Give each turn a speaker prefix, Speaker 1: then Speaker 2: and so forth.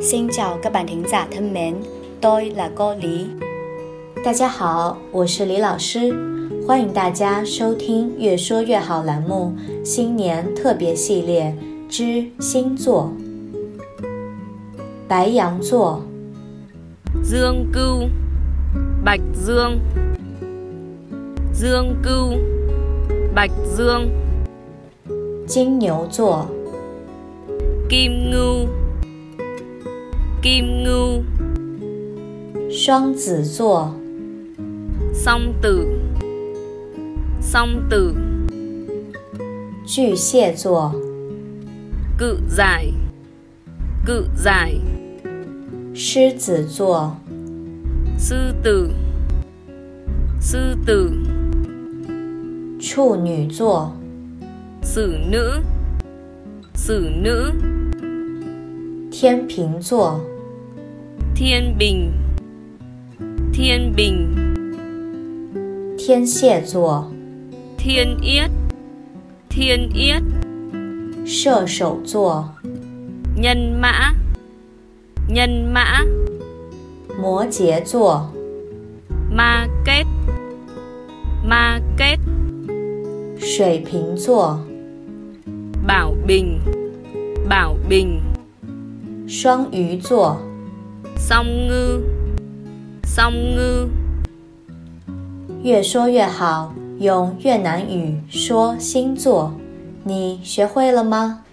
Speaker 1: Xin chào các bạn thính giả thân mến, tôi là cô Lý. 大家好，我是李老师，欢迎大家收听《越说越好》栏目新年特别系列之星座。白羊座、
Speaker 2: Dương Cưu, Bạch Dương. Dương Cưu, Bạch Dương,
Speaker 1: 金牛座、
Speaker 2: Kim Ngưu. Kim Ngưu,
Speaker 1: 双子座、
Speaker 2: Song Tử. Song Tử,
Speaker 1: 巨蟹座、
Speaker 2: Cự Giải. Cự Giải,
Speaker 1: 狮子座、
Speaker 2: Sư Tử. Sư Tử,
Speaker 1: 处女座、
Speaker 2: Sử Nữ. Sử Nữ,
Speaker 1: 天秤座、
Speaker 2: Thiên Bình. Thiên Bình,
Speaker 1: 天蝎座、
Speaker 2: Thiên Yết. Thiên Yết,
Speaker 1: 射手座、
Speaker 2: nhân mã nhân mã
Speaker 1: 摩羯座、
Speaker 2: ma kết ma kết
Speaker 1: 水瓶座、
Speaker 2: bảo bình bảo bình
Speaker 1: 双鱼座、
Speaker 2: song ngư song ngư
Speaker 1: 越说越好，用越南语说星座，你学会了吗？